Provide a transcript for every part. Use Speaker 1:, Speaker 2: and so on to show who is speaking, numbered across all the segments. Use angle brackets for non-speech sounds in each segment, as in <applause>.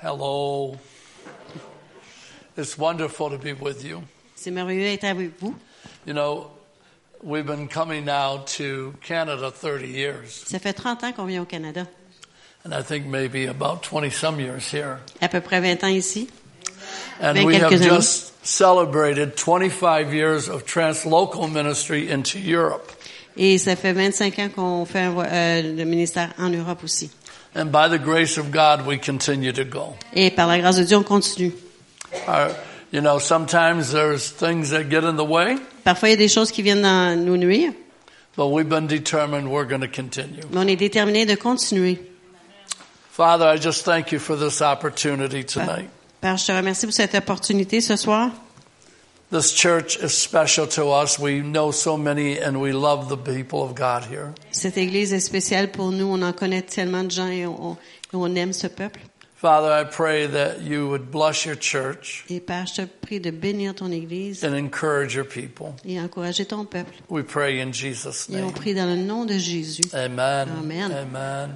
Speaker 1: Hello. It's wonderful to be with you.
Speaker 2: C'est merveilleux d'être avec vous.
Speaker 1: You know, we've been coming now to Canada 30 years,
Speaker 2: Ça fait 30 ans qu'on vient au Canada,
Speaker 1: and I think maybe about 20 some years here.
Speaker 2: à peu près 20 ans ici.
Speaker 1: And
Speaker 2: Ben,
Speaker 1: we have
Speaker 2: quelques années.
Speaker 1: just celebrated 25 years of translocal ministry into Europe.
Speaker 2: Et ça fait 25 ans qu'on fait un vo- euh, le ministère en Europe aussi.
Speaker 1: And by the grace of God, we continue to go.
Speaker 2: Et par la grâce de Dieu, on continue.
Speaker 1: Our- you know, sometimes there's things that get in the way,
Speaker 2: Parfois, il y a des choses qui viennent dans- nous nuire,
Speaker 1: but we've been determined we're going to continue.
Speaker 2: mais on est déterminé de continuer.
Speaker 1: Father, I just thank you for this opportunity tonight.
Speaker 2: Père, je te remercie pour cette opportunité ce soir.
Speaker 1: This church is special to us. We know so many and we love the people of God here.
Speaker 2: Cette Église est spéciale pour nous. On en connaît tellement de gens et on, et on aime ce peuple.
Speaker 1: Father, I pray that you would bless your church
Speaker 2: Et Père, je te prie de bénir ton Église
Speaker 1: and encourage your people.
Speaker 2: et encourager ton peuple.
Speaker 1: We pray in Jesus'
Speaker 2: Et on
Speaker 1: name.
Speaker 2: prie dans le nom de Jésus.
Speaker 1: Amen.
Speaker 2: Amen.
Speaker 1: Amen.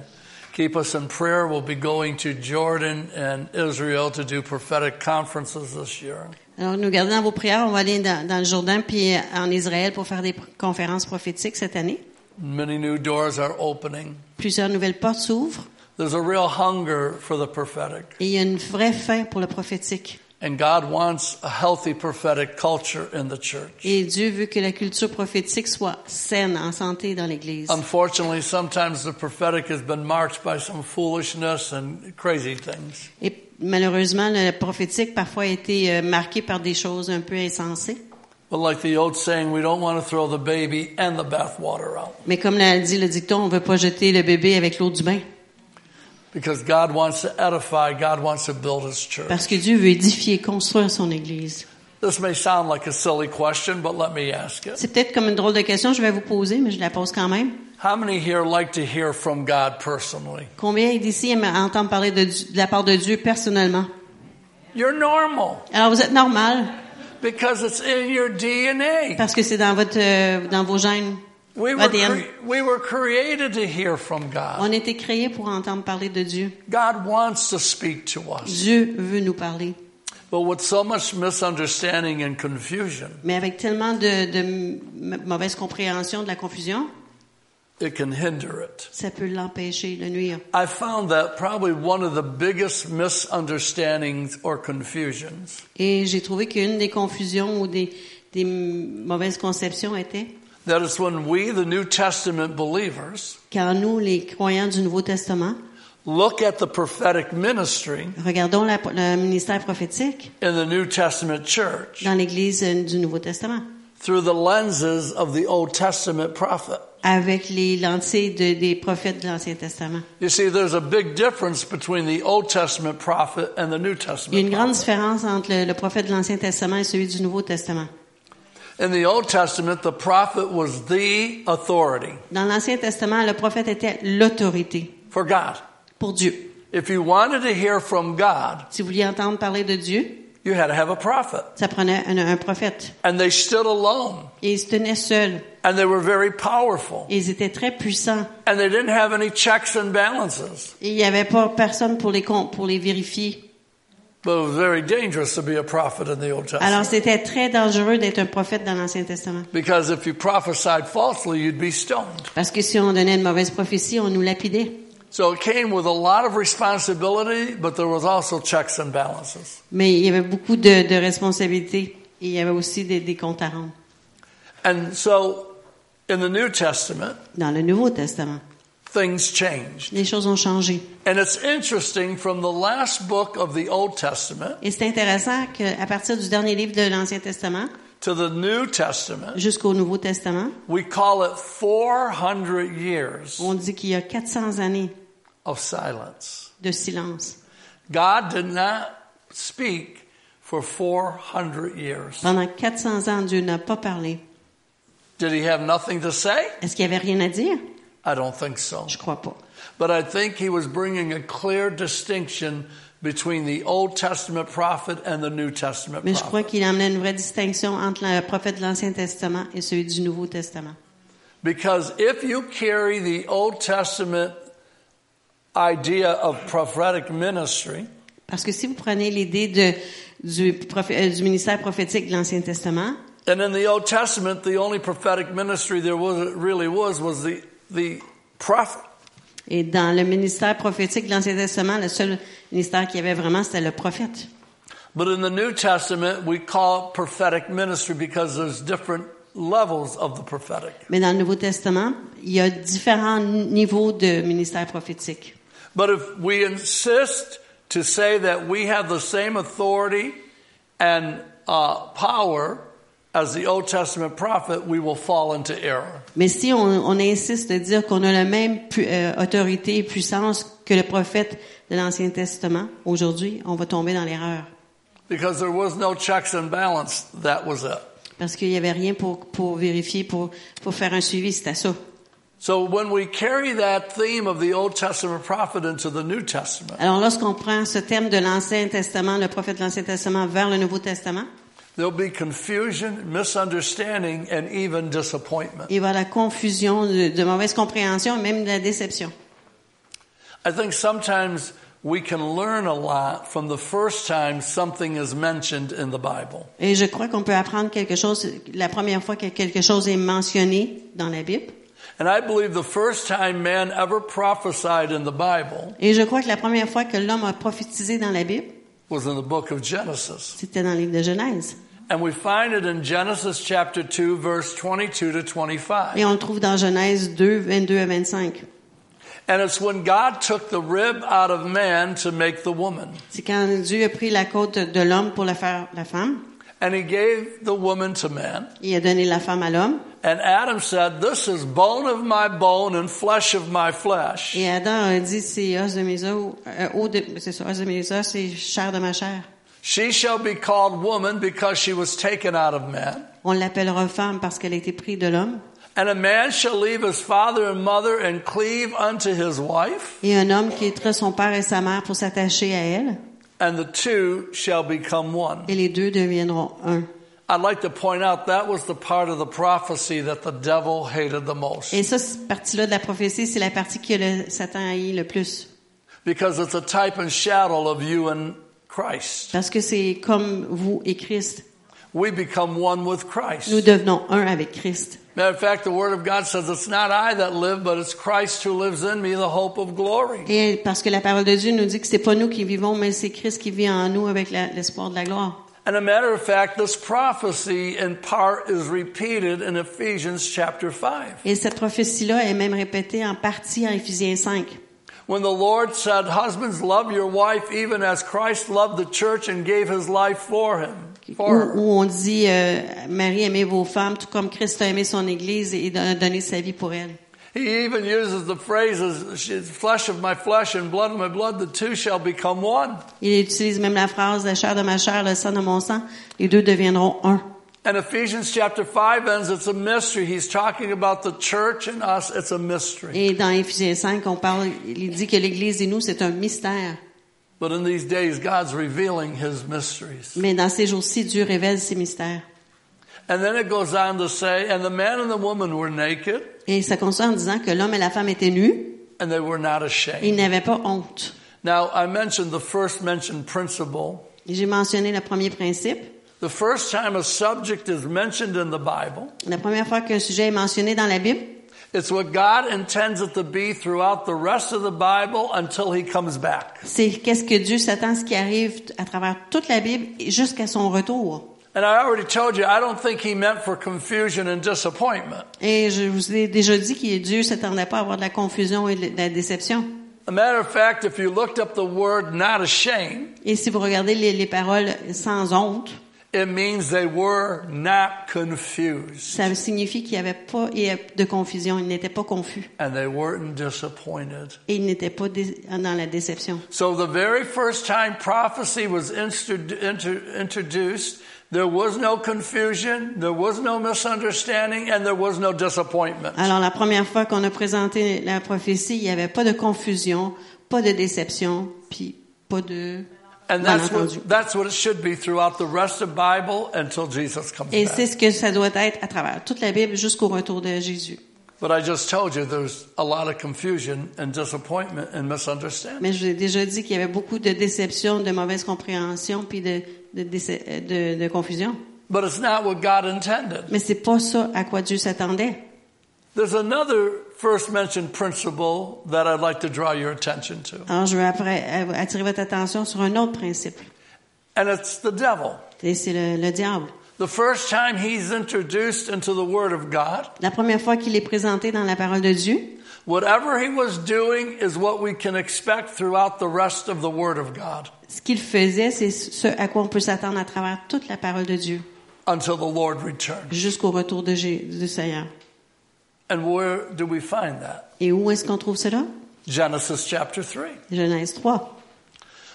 Speaker 1: Keep us in prayer. We'll be going to Jordan and Israel to do prophetic conferences this year.
Speaker 2: Alors, nous gardons dans vos prières. On va aller dans, dans le Jourdain puis euh, en Israël pour faire des pr- conférences prophétiques cette année.
Speaker 1: Many new doors are opening.
Speaker 2: Plusieurs nouvelles portes s'ouvrent
Speaker 1: There's a real hunger for the prophetic,
Speaker 2: et il y a une vraie faim pour le prophétique.
Speaker 1: and God wants a healthy prophetic culture in the church.
Speaker 2: Et Dieu veut que la culture prophétique soit saine, en santé dans l'Église.
Speaker 1: Unfortunately, sometimes the prophetic has been marked by some foolishness and crazy things.
Speaker 2: Et malheureusement, le prophétique parfois a été euh, marqué par des choses un peu insensées.
Speaker 1: But like the old saying, we don't want to throw the baby and the bathwater out
Speaker 2: Mais comme l'a dit le dicton, on ne veut pas jeter le bébé avec l'eau du bain.
Speaker 1: because God wants to edify, God wants to build his church.
Speaker 2: Parce que Dieu veut édifier, construire son Église.
Speaker 1: This may sound like a silly question, but let me ask it.
Speaker 2: C'est peut-être comme une drôle de question, je vais vous poser, mais je la pose quand même.
Speaker 1: How many here like to hear from God personally?
Speaker 2: Combien d'ici aiment entendre parler de, Dieu- de la part de Dieu personnellement?
Speaker 1: You're normal
Speaker 2: Alors vous êtes normal,
Speaker 1: because it's in your DNA.
Speaker 2: parce que c'est dans votre, euh, dans vos gènes.
Speaker 1: We were,
Speaker 2: ADN.
Speaker 1: cre- we were created to hear from God.
Speaker 2: On a été créés pour entendre parler de Dieu.
Speaker 1: God wants to speak to us.
Speaker 2: Dieu veut nous parler.
Speaker 1: But with so much misunderstanding and confusion,
Speaker 2: Mais avec tellement de, de m- mauvaise compréhension, de la confusion,
Speaker 1: it can hinder it.
Speaker 2: ça peut l'empêcher, le nuire.
Speaker 1: I found that probably one of the biggest misunderstandings or confusions
Speaker 2: Et j'ai trouvé qu'une des confusions ou des, des m- mauvaises conceptions était
Speaker 1: that is when we, the New Testament believers,
Speaker 2: quand nous, les croyants du Nouveau Testament,
Speaker 1: look at the prophetic ministry
Speaker 2: regardons la- le ministère prophétique
Speaker 1: in the New Testament church
Speaker 2: dans l'Église euh, du Nouveau Testament.
Speaker 1: through the lenses of the Old Testament prophet.
Speaker 2: avec les lentilles de- des prophètes de l'Ancien Testament.
Speaker 1: You see, there's a big difference between the Old Testament prophet and the New
Speaker 2: Il y a une
Speaker 1: Testament
Speaker 2: grande
Speaker 1: prophet.
Speaker 2: différence entre le, le prophète de l'Ancien Testament et celui du Nouveau Testament.
Speaker 1: In the Old Testament, the prophet was the authority
Speaker 2: Dans l'Ancien Testament, le prophète était l'autorité
Speaker 1: for God.
Speaker 2: pour Dieu.
Speaker 1: If you wanted to hear from God,
Speaker 2: Si vous vouliez entendre parler de Dieu,
Speaker 1: you had to have a prophet.
Speaker 2: ça prenait un, un prophète.
Speaker 1: And they stood alone,
Speaker 2: Et ils se tenaient seuls.
Speaker 1: and they were very powerful,
Speaker 2: Et ils étaient très puissants.
Speaker 1: and they didn't have any checks and balances.
Speaker 2: Et il n'y avait pas personne pour les, con- pour les vérifier.
Speaker 1: But it was very dangerous to be a prophet in the Old Testament.
Speaker 2: Alors c'était très dangereux d'être un prophète dans l'Ancien Testament.
Speaker 1: Because if you prophesied falsely, you'd be stoned.
Speaker 2: Parce que si on donnait une mauvaise prophétie, on nous lapidait.
Speaker 1: So it came with a lot of responsibility, but there was also checks and balances.
Speaker 2: Mais il y avait beaucoup de, de responsabilités. Et il y avait aussi des, des comptes à rendre.
Speaker 1: And so in the New Testament,
Speaker 2: dans le Nouveau Testament.
Speaker 1: things changed.
Speaker 2: Les choses ont changé.
Speaker 1: And it's interesting from the last book of the Old Testament
Speaker 2: Et c'est intéressant qu'à partir du dernier livre de l'Ancien Testament
Speaker 1: to the New Testament,
Speaker 2: jusqu'au Nouveau Testament,
Speaker 1: we call it 400 years
Speaker 2: on dit qu'il y a 400 années
Speaker 1: of silence.
Speaker 2: de silence.
Speaker 1: God did not speak for 400 years.
Speaker 2: Pendant 400 ans, Dieu n'a pas parlé.
Speaker 1: Did he have nothing to say?
Speaker 2: Est-ce qu'il n'y avait rien à dire?
Speaker 1: I don't think so.
Speaker 2: Je crois pas.
Speaker 1: But I think he was bringing a clear distinction between the Old Testament prophet and the New Testament
Speaker 2: Mais je crois
Speaker 1: prophet.
Speaker 2: qu'il emmenait une vraie distinction entre le prophète de l'Ancien Testament et celui du Nouveau Testament.
Speaker 1: Because if you carry the Old Testament idea of prophetic ministry
Speaker 2: Parce que si vous prenez l'idée de, du, prophé- euh, du ministère prophétique de l'Ancien Testament,
Speaker 1: And in the Old Testament, the only prophetic ministry there was, really was was the, the prophet.
Speaker 2: et dans le ministère prophétique de l'Ancien Testament, le seul ministère qu'il y avait vraiment, c'était le prophète.
Speaker 1: But in the New Testament, we call it prophetic ministry because there's different levels of the prophetic.
Speaker 2: Mais dans le Nouveau Testament, il y a différents n- niveaux de ministère prophétique.
Speaker 1: But if we insist to say that we have the same authority and uh, power as the Old Testament prophet, we will fall into error.
Speaker 2: Mais si on, on insiste de dire qu'on a la même pu- euh, autorité et puissance que le prophète de l'Ancien Testament, aujourd'hui, on va tomber dans l'erreur.
Speaker 1: Because there was no checks and balance. That was it.
Speaker 2: Parce qu'il n'y avait rien pour, pour vérifier, pour, pour faire un suivi, c'était ça.
Speaker 1: So when we carry that theme of the Old Testament prophet into the New Testament,
Speaker 2: Alors lorsqu'on prend ce thème de l'Ancien Testament, le prophète de l'Ancien Testament vers le Nouveau Testament,
Speaker 1: there'll be confusion, misunderstanding, and even disappointment.
Speaker 2: il va à la confusion, de, de mauvaise compréhension, même de la déception.
Speaker 1: I think sometimes we can learn a lot from the first time something is mentioned in the Bible.
Speaker 2: Et je crois qu'on peut apprendre quelque chose la première fois que quelque chose est mentionné dans la Bible.
Speaker 1: And I believe the first time man ever prophesied in the Bible
Speaker 2: Et je crois que la première fois que l'homme a prophétisé dans la Bible,
Speaker 1: was in the book of Genesis.
Speaker 2: c'était dans le livre de Genèse.
Speaker 1: And we find it in Genesis chapter 2, verse 22 to 25.
Speaker 2: Et on le trouve dans Genèse 2, 22 à 25.
Speaker 1: And it's when God took the rib out of man to make the woman.
Speaker 2: C'est quand Dieu a pris la côte de l'homme pour la faire la femme.
Speaker 1: And he gave the woman to man.
Speaker 2: Il a donné la femme à l'homme.
Speaker 1: And Adam said, This is bone of my bone and flesh of my flesh.
Speaker 2: Et Adam a dit, c'est os de mes os, euh, os de, c'est ça, os de mes os, c'est chair de ma chair.
Speaker 1: She shall be called woman because she was taken out of man.
Speaker 2: On l'appellera femme parce qu'elle a été prise de l'homme.
Speaker 1: And a man shall leave his father and mother and cleave unto his wife,
Speaker 2: Et un homme quitterait son père et sa mère pour s'attacher à elle.
Speaker 1: and the two shall become one.
Speaker 2: Et les deux deviendront un.
Speaker 1: I'd like to point out that was the part of the prophecy that the devil hated the most.
Speaker 2: Et ça, cette partie-là de la prophétie, c'est la partie que le Satan haït le plus.
Speaker 1: Because it's a type and shadow of you and Christ.
Speaker 2: Parce que c'est comme vous et Christ.
Speaker 1: We become one with
Speaker 2: Nous
Speaker 1: Christ.
Speaker 2: devenons un avec Christ.
Speaker 1: Matter of fact, the Word of God says it's not I that live, but it's Christ who lives in me, the hope of glory.
Speaker 2: Et parce que la parole de Dieu nous dit que c'est pas nous qui vivons, mais c'est Christ qui vit en nous avec la- l'espoir de la gloire.
Speaker 1: And a matter of fact, this prophecy in part is repeated in Ephesians chapter 5.
Speaker 2: Et cette prophétie-là est même répétée en partie en Éphésiens 5.
Speaker 1: When the Lord said, Husbands, love your wife even as Christ loved the church and gave his life for him.
Speaker 2: Où,
Speaker 1: For her.
Speaker 2: où on dit, euh, Marie, aimez vos femmes, tout comme Christ a aimé son Église et a donné sa vie pour elle.
Speaker 1: He even uses the phrases, "She- flesh of my flesh and blood of my blood, the two shall become one.
Speaker 2: Il utilise même la phrase, la chair de ma chair, le sang de mon sang, les deux deviendront un.
Speaker 1: And Ephesians chapter 5 ends, it's a mystery. He's talking about the church and us, it's a mystery.
Speaker 2: Et dans Éphésiens 5, on parle, il dit que l'Église et nous, c'est un mystère.
Speaker 1: But in these days, God's revealing his mysteries.
Speaker 2: Mais dans ces jours-ci, Dieu révèle ses mystères.
Speaker 1: And then it goes on to say, and the man and the woman were naked,
Speaker 2: Et ça constate en disant que l'homme et la femme étaient nus,
Speaker 1: and they were not
Speaker 2: et ils
Speaker 1: ashamed.
Speaker 2: n'avaient pas honte.
Speaker 1: Now, I mentioned the first mentioned principle.
Speaker 2: Et J'ai mentionné le premier principe.
Speaker 1: The first time a subject is mentioned in the Bible,
Speaker 2: La première fois qu'un sujet est mentionné dans la Bible,
Speaker 1: it's what God intends it to be throughout the rest of the Bible until he comes back.
Speaker 2: c'est qu'est-ce que Dieu s'attend, ce qui arrive à travers toute la Bible et jusqu'à son retour.
Speaker 1: And I already told you, I don't think he meant for confusion and disappointment.
Speaker 2: Et je vous ai déjà dit que Dieu s'attendait pas à avoir de la confusion et de la déception.
Speaker 1: A matter of fact, if you looked up the word not ashamed,
Speaker 2: Et si vous regardez les, les paroles sans honte,
Speaker 1: it means they were not confused
Speaker 2: ça signifie qu'il n'y avait pas de confusion, il n'était pas confus
Speaker 1: and they weren't disappointed.
Speaker 2: et il n'était pas dé- dans la déception.
Speaker 1: So the very first time prophecy was instru- inter- introduced, there was no confusion, there was no misunderstanding, and there was no disappointment.
Speaker 2: Alors la première fois qu'on a présenté la prophétie, il n'y avait pas de confusion, pas de déception, puis pas de
Speaker 1: And that's
Speaker 2: malentendu.
Speaker 1: what, that's what it should be throughout the rest of Bible until Jesus comes
Speaker 2: Et
Speaker 1: back.
Speaker 2: c'est ce que ça doit être à travers toute la Bible jusqu'au retour de Jésus.
Speaker 1: But I just told you there's a lot of confusion and disappointment and misunderstanding.
Speaker 2: Mais je vous ai déjà dit qu'il y avait beaucoup de déception, de mauvaise compréhension, puis de, de, déce- euh, de- de confusion.
Speaker 1: But it's not what God intended.
Speaker 2: Mais c'est pas ça à quoi Dieu s'attendait.
Speaker 1: There's another first mentioned principle that I'd like to draw your attention to,
Speaker 2: Alors, je veux après euh, attirer votre attention sur un autre principe.
Speaker 1: and it's the devil.
Speaker 2: Et c'est le, le diable.
Speaker 1: The first time he's introduced into the Word of God,
Speaker 2: La première fois qu'il est présenté dans la parole de Dieu,
Speaker 1: whatever he was doing is what we can expect throughout the rest of the Word of God
Speaker 2: ce qu'il faisait, c'est ce à quoi on peut s'attendre à travers toute la parole de Dieu,
Speaker 1: until the Lord returns.
Speaker 2: jusqu'au retour de Jé- du Seigneur.
Speaker 1: And where do we find that?
Speaker 2: Et où est-ce qu'on trouve cela?
Speaker 1: Genesis chapter 3.
Speaker 2: Genèse 3.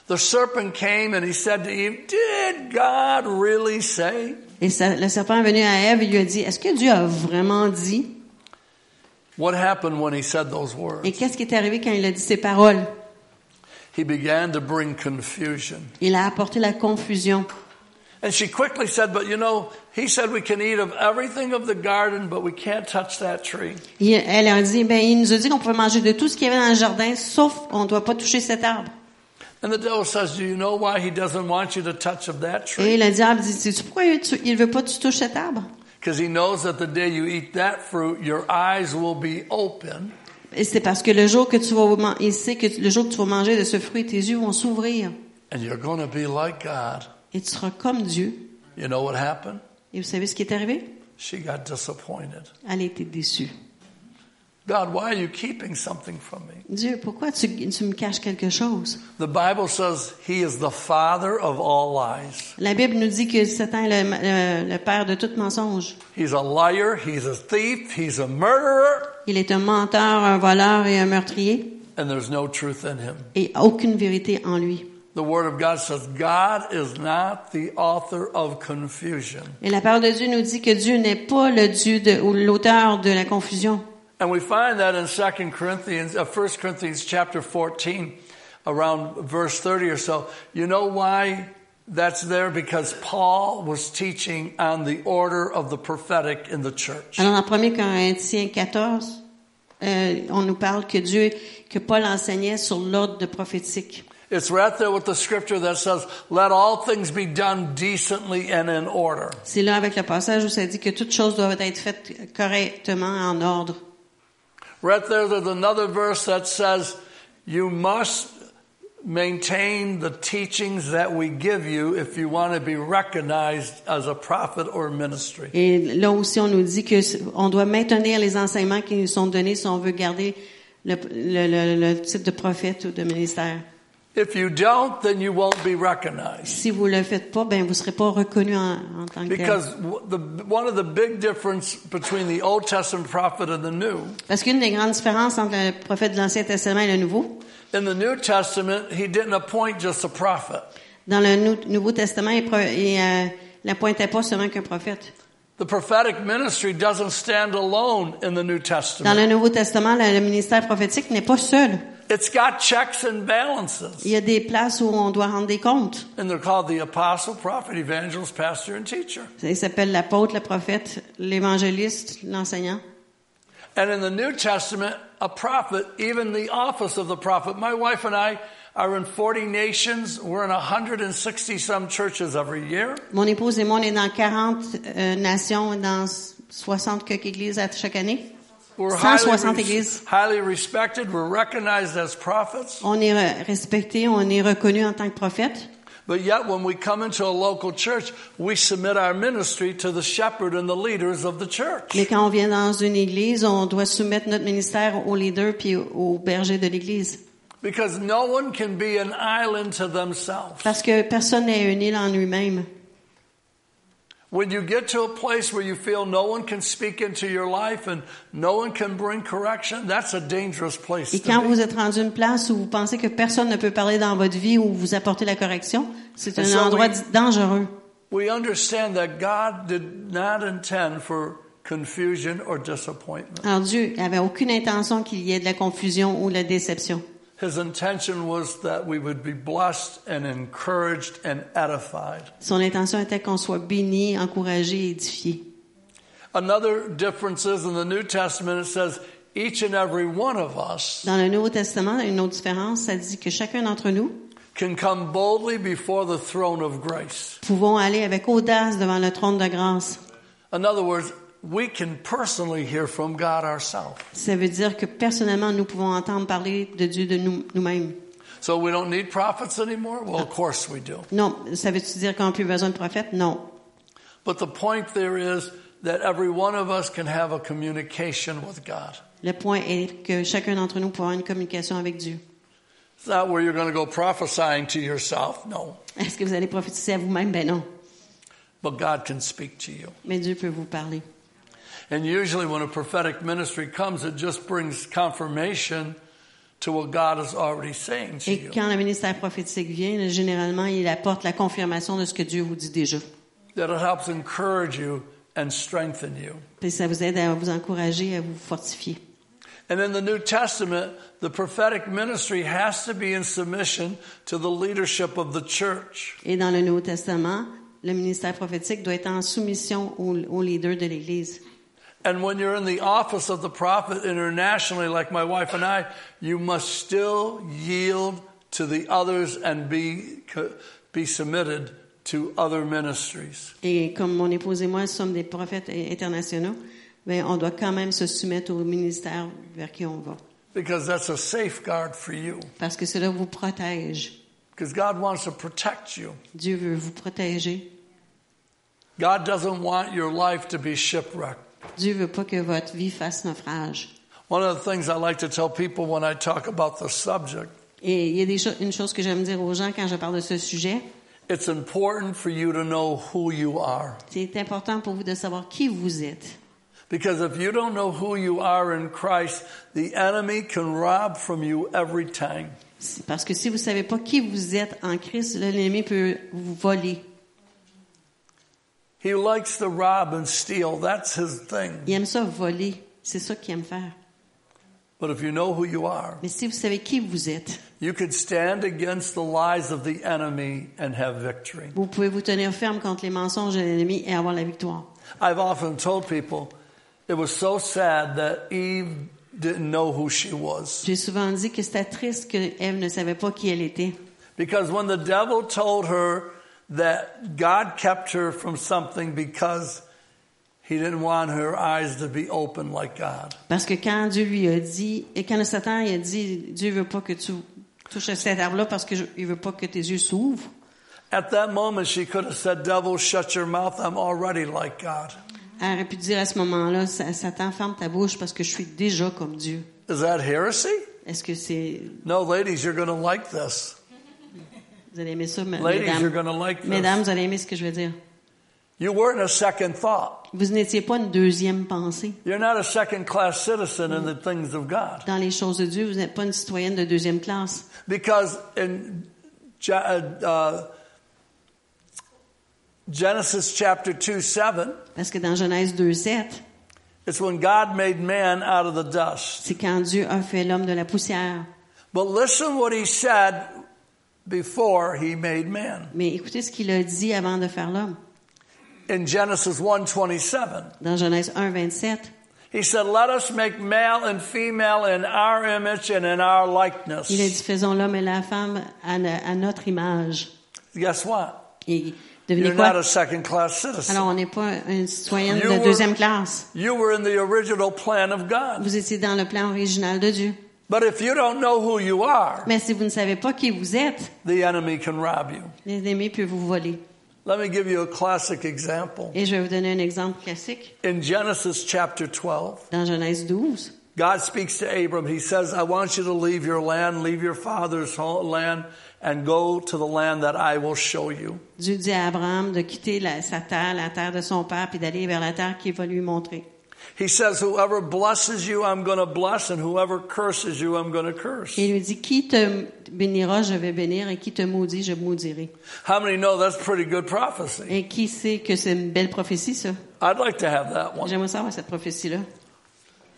Speaker 1: The serpent came and he said to Eve, Did God really say?
Speaker 2: Et ça- le serpent est venu à Ève et lui a dit, est-ce que Dieu a vraiment dit?
Speaker 1: What happened when he said those
Speaker 2: Et
Speaker 1: words?
Speaker 2: qu'est-ce qui est arrivé quand il a dit ces paroles?
Speaker 1: He began to bring confusion.
Speaker 2: Il a apporté la confusion.
Speaker 1: And she quickly said, But you know, he said we can eat of everything of the garden, but we can't touch that tree.
Speaker 2: Et elle a dit, ben, il nous a dit qu'on pouvait manger de tout ce qu'il y avait dans le jardin, sauf on ne doit pas toucher cet arbre.
Speaker 1: And the devil says, Do you know why he doesn't want you to touch of that
Speaker 2: Et
Speaker 1: tree?
Speaker 2: le diable dit, sais-tu pourquoi tu- il veut pas que tu touches cet arbre?
Speaker 1: Because he knows that the day you eat that fruit, your eyes will be open
Speaker 2: Et c'est parce que le jour que tu vas, man- il sait que le jour que tu vas manger de ce fruit, tes yeux vont s'ouvrir.
Speaker 1: and you're going to be like God.
Speaker 2: Et tu seras comme Dieu.
Speaker 1: You know what happened?
Speaker 2: Et vous savez ce qui est arrivé?
Speaker 1: She got disappointed.
Speaker 2: Elle a été déçue.
Speaker 1: God, why are you keeping something from me?
Speaker 2: Dieu, pourquoi tu, tu me caches quelque chose?
Speaker 1: The Bible says he is the father of all lies.
Speaker 2: La Bible nous dit que Satan est le, le- le père de tout mensonge.
Speaker 1: He's a liar, he's a thief, he's a murderer,
Speaker 2: Il est un menteur, un voleur et un meurtrier.
Speaker 1: and there's no truth in him.
Speaker 2: Et aucune vérité en lui.
Speaker 1: The Word of God says God is not the author of confusion.
Speaker 2: Et la parole de Dieu nous dit que Dieu n'est pas le Dieu de, ou l'auteur de la confusion.
Speaker 1: And we find that in 2 Corinthians, uh, 1 Corinthians chapter 14, around verse 30 or so. You know why that's there? Because Paul was teaching on the order of the prophetic in the church.
Speaker 2: Alors, en 1 Corinthiens 14, euh, on nous parle que Dieu, que Paul enseignait sur l'ordre de prophétique.
Speaker 1: It's right there with the scripture that says, let all things be done decently and in order.
Speaker 2: C'est là avec le passage où ça dit que toutes choses doivent être faites correctement, en ordre.
Speaker 1: Right there, there's another verse that says, you must maintain the teachings that we give you if you want to be recognized as a prophet or ministry.
Speaker 2: Et là aussi, on nous dit que c- on doit maintenir les enseignements qui nous sont donnés si on veut garder le, le- le- le titre de prophète ou de ministère.
Speaker 1: If you don't, then you won't be recognized.
Speaker 2: Si vous le faites pas, ben vous serez pas reconnu en, en tant que tel.
Speaker 1: Because w- the, one of the big difference between the Old Testament prophet and the New,
Speaker 2: Parce qu'une des grandes différences entre le prophète de l'Ancien Testament et le Nouveau,
Speaker 1: in the New Testament, he didn't appoint just a prophet.
Speaker 2: Dans le Nou- Nouveau Testament, il, pro- il, euh, l'appointait pas seulement qu'un prophète.
Speaker 1: The prophetic ministry doesn't stand alone in the New
Speaker 2: Dans
Speaker 1: Testament.
Speaker 2: le Nouveau Testament, le, le ministère prophétique n'est pas seul.
Speaker 1: It's got checks and balances.
Speaker 2: Il y a des places où on doit rendre des comptes.
Speaker 1: And they're called the apostle, prophet, evangelist, pastor, and teacher.
Speaker 2: Il s'appelle l'apôtre, le prophète, l'évangéliste, l'enseignant.
Speaker 1: And in the New Testament, a prophet, even the office of the prophet. My wife and I are in 40 nations. We're in 160 some churches every year.
Speaker 2: Mon épouse et moi, on est dans 40 euh, nations, dans 60 quelques églises à chaque année.
Speaker 1: We're
Speaker 2: 160
Speaker 1: highly,
Speaker 2: églises.
Speaker 1: highly respected. We're recognized as prophets.
Speaker 2: On est re- respecté, on est reconnu en tant que prophète.
Speaker 1: But yet, when we come into a local church, we submit our ministry to the shepherd and the leaders of the church.
Speaker 2: Mais quand on vient dans une église, on doit soumettre notre ministère aux leaders puis aux bergers de l'église.
Speaker 1: Because no one can be an island to themselves.
Speaker 2: Parce que personne n'est une île en lui-même.
Speaker 1: When you get to a place where you feel no one can speak into your life and no one can bring correction, that's a dangerous place.
Speaker 2: Et
Speaker 1: to
Speaker 2: quand
Speaker 1: be.
Speaker 2: vous êtes rendu une place où vous pensez que personne ne peut parler dans votre vie ou vous apporter la correction, c'est
Speaker 1: And so
Speaker 2: un endroit
Speaker 1: we-
Speaker 2: di- dangereux.
Speaker 1: We understand that God did not intend for confusion or disappointment.
Speaker 2: Alors Dieu n'avait aucune intention qu'il y ait de la confusion ou de la déception.
Speaker 1: His intention was that we would be blessed and encouraged and edified.
Speaker 2: Son intention était qu'on soit béni, encouragé et édifié.
Speaker 1: Another difference is in the New Testament, it says each and every one of us
Speaker 2: Dans le Nouveau Testament, il y a une autre différence, ça dit que chacun d'entre nous
Speaker 1: can come boldly before the throne of grace.
Speaker 2: pouvons aller avec audace devant le trône de grâce.
Speaker 1: In other words, we can personally hear from God ourselves.
Speaker 2: Ça veut dire que personnellement, nous pouvons entendre parler de Dieu de nous- nous-mêmes.
Speaker 1: So we don't need prophets anymore? Well, of course we do.
Speaker 2: non, ça veut-tu dire qu'on n'a plus besoin de prophète? Non.
Speaker 1: But the point there is that every one of us can have a communication with God.
Speaker 2: Le point est que chacun d'entre nous peut avoir une communication avec Dieu.
Speaker 1: It's not where you're going to go prophesying to yourself, no.
Speaker 2: Est-ce que vous allez prophétiser à vous-même? Ben non.
Speaker 1: But God can speak to you.
Speaker 2: Mais Dieu peut vous parler.
Speaker 1: And usually when a prophetic ministry comes, it just brings confirmation to what God is already saying to
Speaker 2: Et
Speaker 1: you.
Speaker 2: quand le ministère prophétique vient, là, généralement, il apporte la confirmation de ce que Dieu vous dit déjà.
Speaker 1: That it helps encourage you and strengthen you.
Speaker 2: Puis ça vous aide à vous encourager, à vous fortifier.
Speaker 1: And in the New Testament, the prophetic ministry has to be in submission to the leadership of the church.
Speaker 2: Et dans le Nouveau Testament, le ministère prophétique doit être en soumission au, au leader de l'Église.
Speaker 1: And when you're in the office of the prophet internationally, like my wife and I, you must still yield to the others and be, be submitted to other ministries.
Speaker 2: Et comme mon épouse et moi sommes des prophètes internationaux, ben, on doit quand même se soumettre au ministère vers qui on va.
Speaker 1: Because that's a safeguard for you.
Speaker 2: Parce que cela vous protège.
Speaker 1: Because God wants to protect you.
Speaker 2: Dieu veut vous protéger.
Speaker 1: God doesn't want your life to be shipwrecked.
Speaker 2: Dieu veut pas que votre vie fasse naufrage.
Speaker 1: One of the things I like to tell people when I talk about the subject,
Speaker 2: Et il y a des cho- une chose que j'aime dire aux gens quand je parle de ce sujet.
Speaker 1: it's important for you to know who you are.
Speaker 2: C'est important pour vous de savoir qui vous êtes.
Speaker 1: Because if you don't know who you are in Christ, the enemy can rob from you every time.
Speaker 2: C'est Parce que si vous savez pas qui vous êtes en Christ, là, l'ennemi peut vous voler.
Speaker 1: He likes to rob and steal. That's his thing.
Speaker 2: Il aime ça voler. C'est ça qu'il aime faire.
Speaker 1: But if you know who you are,
Speaker 2: Mais si vous savez qui vous êtes,
Speaker 1: you could stand against the lies of the enemy and have victory.
Speaker 2: vous pouvez vous tenir ferme contre les mensonges de l'ennemi et avoir la victoire.
Speaker 1: I've often told people it was so sad that Eve didn't know who she was.
Speaker 2: J'ai souvent dit que c'était triste que Ève ne savait pas qui elle était.
Speaker 1: Because when the devil told her that God kept her from something because he didn't want her eyes to be open like God.
Speaker 2: Parce que quand Dieu lui a dit, et quand le Satan il a dit, Dieu veut pas que tu touches à cet arbre-là parce que je- il veut pas que tes yeux s'ouvrent.
Speaker 1: At that moment, she could have said, Devil, shut your mouth. I'm already like God.
Speaker 2: Elle aurait pu dire à ce moment-là, Sa- Satan, ferme ta bouche parce que je suis déjà comme Dieu.
Speaker 1: Is that heresy?
Speaker 2: Est-ce que c'est,
Speaker 1: No, ladies, you're going to like this.
Speaker 2: vous allez aimer ça, me-
Speaker 1: Ladies, you're
Speaker 2: mesdames?
Speaker 1: going to like this.
Speaker 2: Mesdames, vous allez aimer ce que je veux dire.
Speaker 1: You weren't a second thought.
Speaker 2: Vous n'étiez pas une deuxième pensée.
Speaker 1: You're not a second class citizen in the things of God.
Speaker 2: Dans les choses de Dieu, vous n'êtes pas une citoyenne de deuxième classe.
Speaker 1: Because in Ge- uh, Genesis chapter 2 7,
Speaker 2: Parce que dans Genèse 2.7,
Speaker 1: It's when God made man out of the dust.
Speaker 2: c'est quand Dieu a fait l'homme de la poussière.
Speaker 1: But listen what he said before he made man.
Speaker 2: Mais écoutez ce qu'il a dit avant de faire l'homme.
Speaker 1: In Genesis 1:27,
Speaker 2: Dans Genèse 1.27,
Speaker 1: he said, "Let us make male and female in our image and in our likeness."
Speaker 2: il a dit, faisons l'homme et la femme à, no- à notre image.
Speaker 1: Guess what?
Speaker 2: Et devinez
Speaker 1: You're not
Speaker 2: quoi?
Speaker 1: a second class citizen.
Speaker 2: Alors, on n'est pas une citoyenne
Speaker 1: You were-
Speaker 2: de deuxième classe.
Speaker 1: You were in the original plan of God.
Speaker 2: Vous étiez dans le plan original de Dieu.
Speaker 1: But if you don't know who you are,
Speaker 2: Mais si vous ne savez pas qui vous êtes,
Speaker 1: the enemy can rob you.
Speaker 2: l'ennemi peut vous voler.
Speaker 1: Let me give you a classic example.
Speaker 2: Et je vais vous donner un exemple classique.
Speaker 1: In Genesis chapter 12,
Speaker 2: Dans Genèse 12,
Speaker 1: God speaks to Abram. He says, I want you to leave your land, leave your father's ho- land, and go to the land that I will show you.
Speaker 2: Dieu dit à Abraham de quitter la- sa terre, la terre de son père, puis d'aller vers la terre qu'il va lui montrer.
Speaker 1: He says, Whoever blesses you, I'm going to bless, and whoever curses you, I'm going to curse.
Speaker 2: Et il lui dit, qui te bénira, je vais bénir, et qui te maudit, je maudirai.
Speaker 1: How many know that's pretty good prophecy?
Speaker 2: Et qui sait que c'est une belle prophétie, ça?
Speaker 1: I'd like to have that one.
Speaker 2: J'aimerais savoir cette prophétie-là.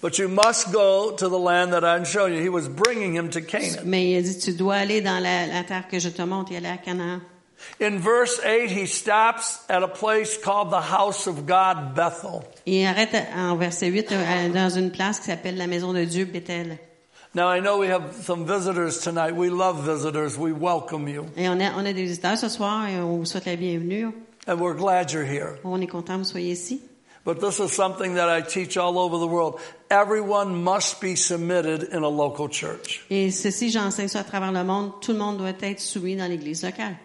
Speaker 1: But you must go to the land that I'm showing you. He was bringing him to Canaan.
Speaker 2: Mais il a dit, tu dois aller dans la, la terre que je te montre et aller à Canaan.
Speaker 1: In verse 8, he stops at a place called the house of God, Bethel.
Speaker 2: Il arrête en verset 8 euh, dans une place qui s'appelle la maison de Dieu, Bethel.
Speaker 1: Now, I know we have some visitors tonight. We love visitors. We welcome you.
Speaker 2: Et on a, on a des visiteurs ce soir et on vous souhaite la bienvenue.
Speaker 1: And we're glad you're here.
Speaker 2: On est content que vous soyez ici.
Speaker 1: But this is something that I teach all over the world. Everyone must be submitted in a local church.
Speaker 2: Et ceci, j'enseigne ça à travers le monde. Tout le monde doit être soumis dans l'église locale.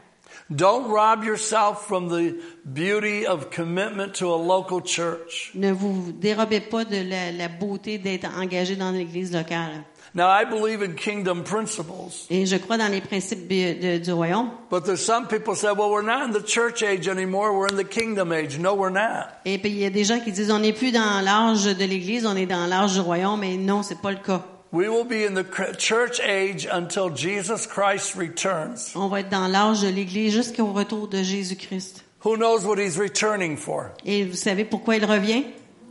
Speaker 1: Don't rob yourself from the beauty of commitment to a local church.
Speaker 2: Ne vous dérobez pas de la, la beauté d'être engagé dans l'église locale.
Speaker 1: Now, I believe in kingdom principles,
Speaker 2: Et je crois dans les principes bi- de- du royaume.
Speaker 1: but there's some people say, well, we're not in the church age anymore. We're in the kingdom age. No, we're not.
Speaker 2: Et puis, il y a des gens qui disent, on n'est plus dans l'âge de l'église, on est dans l'âge du royaume. Mais non, c'est pas le cas.
Speaker 1: We will be in the cr- church age until Jesus Christ returns.
Speaker 2: On va être dans l'âge de l'église jusqu'au retour de Jésus-Christ.
Speaker 1: Who knows what he's returning for?
Speaker 2: Et vous savez pourquoi il revient?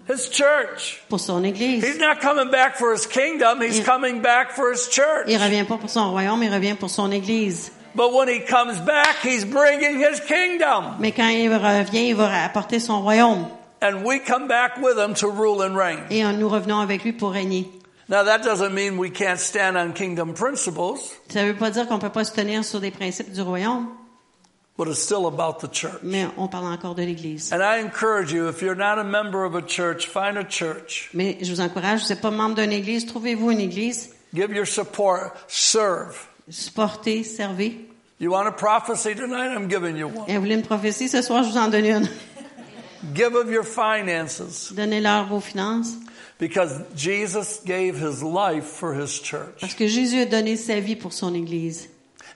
Speaker 1: His church.
Speaker 2: Pour son église.
Speaker 1: He's not coming back for his kingdom. He's
Speaker 2: Yeah.
Speaker 1: coming back for his church.
Speaker 2: Il revient pas pour son royaume, il revient pour son église.
Speaker 1: But when he comes back, he's bringing his kingdom.
Speaker 2: Mais quand il revient, il va apporter son royaume.
Speaker 1: And we come back with him to rule and reign.
Speaker 2: Et nous revenons avec lui pour régner.
Speaker 1: Now that doesn't mean we can't stand on kingdom principles,
Speaker 2: Ça veut pas dire qu'on peut pas se tenir sur des principes du royaume,
Speaker 1: but it's still about the church.
Speaker 2: mais on parle encore de l'église.
Speaker 1: And I encourage you, if you're not a member of a church, find a church.
Speaker 2: Mais je vous encourage, vous n'êtes pas membre d'une église, trouvez-vous une église,
Speaker 1: Give your support, serve.
Speaker 2: supportez, servez.
Speaker 1: You want a prophecy tonight? I'm giving you one.
Speaker 2: Et vous voulez une prophétie, ce soir, je vous en donne une. <laughs>
Speaker 1: Give of your finances
Speaker 2: Donnez-leur vos finances.
Speaker 1: because Jesus gave his life for his church.
Speaker 2: Parce que Jésus a donné sa vie pour son église.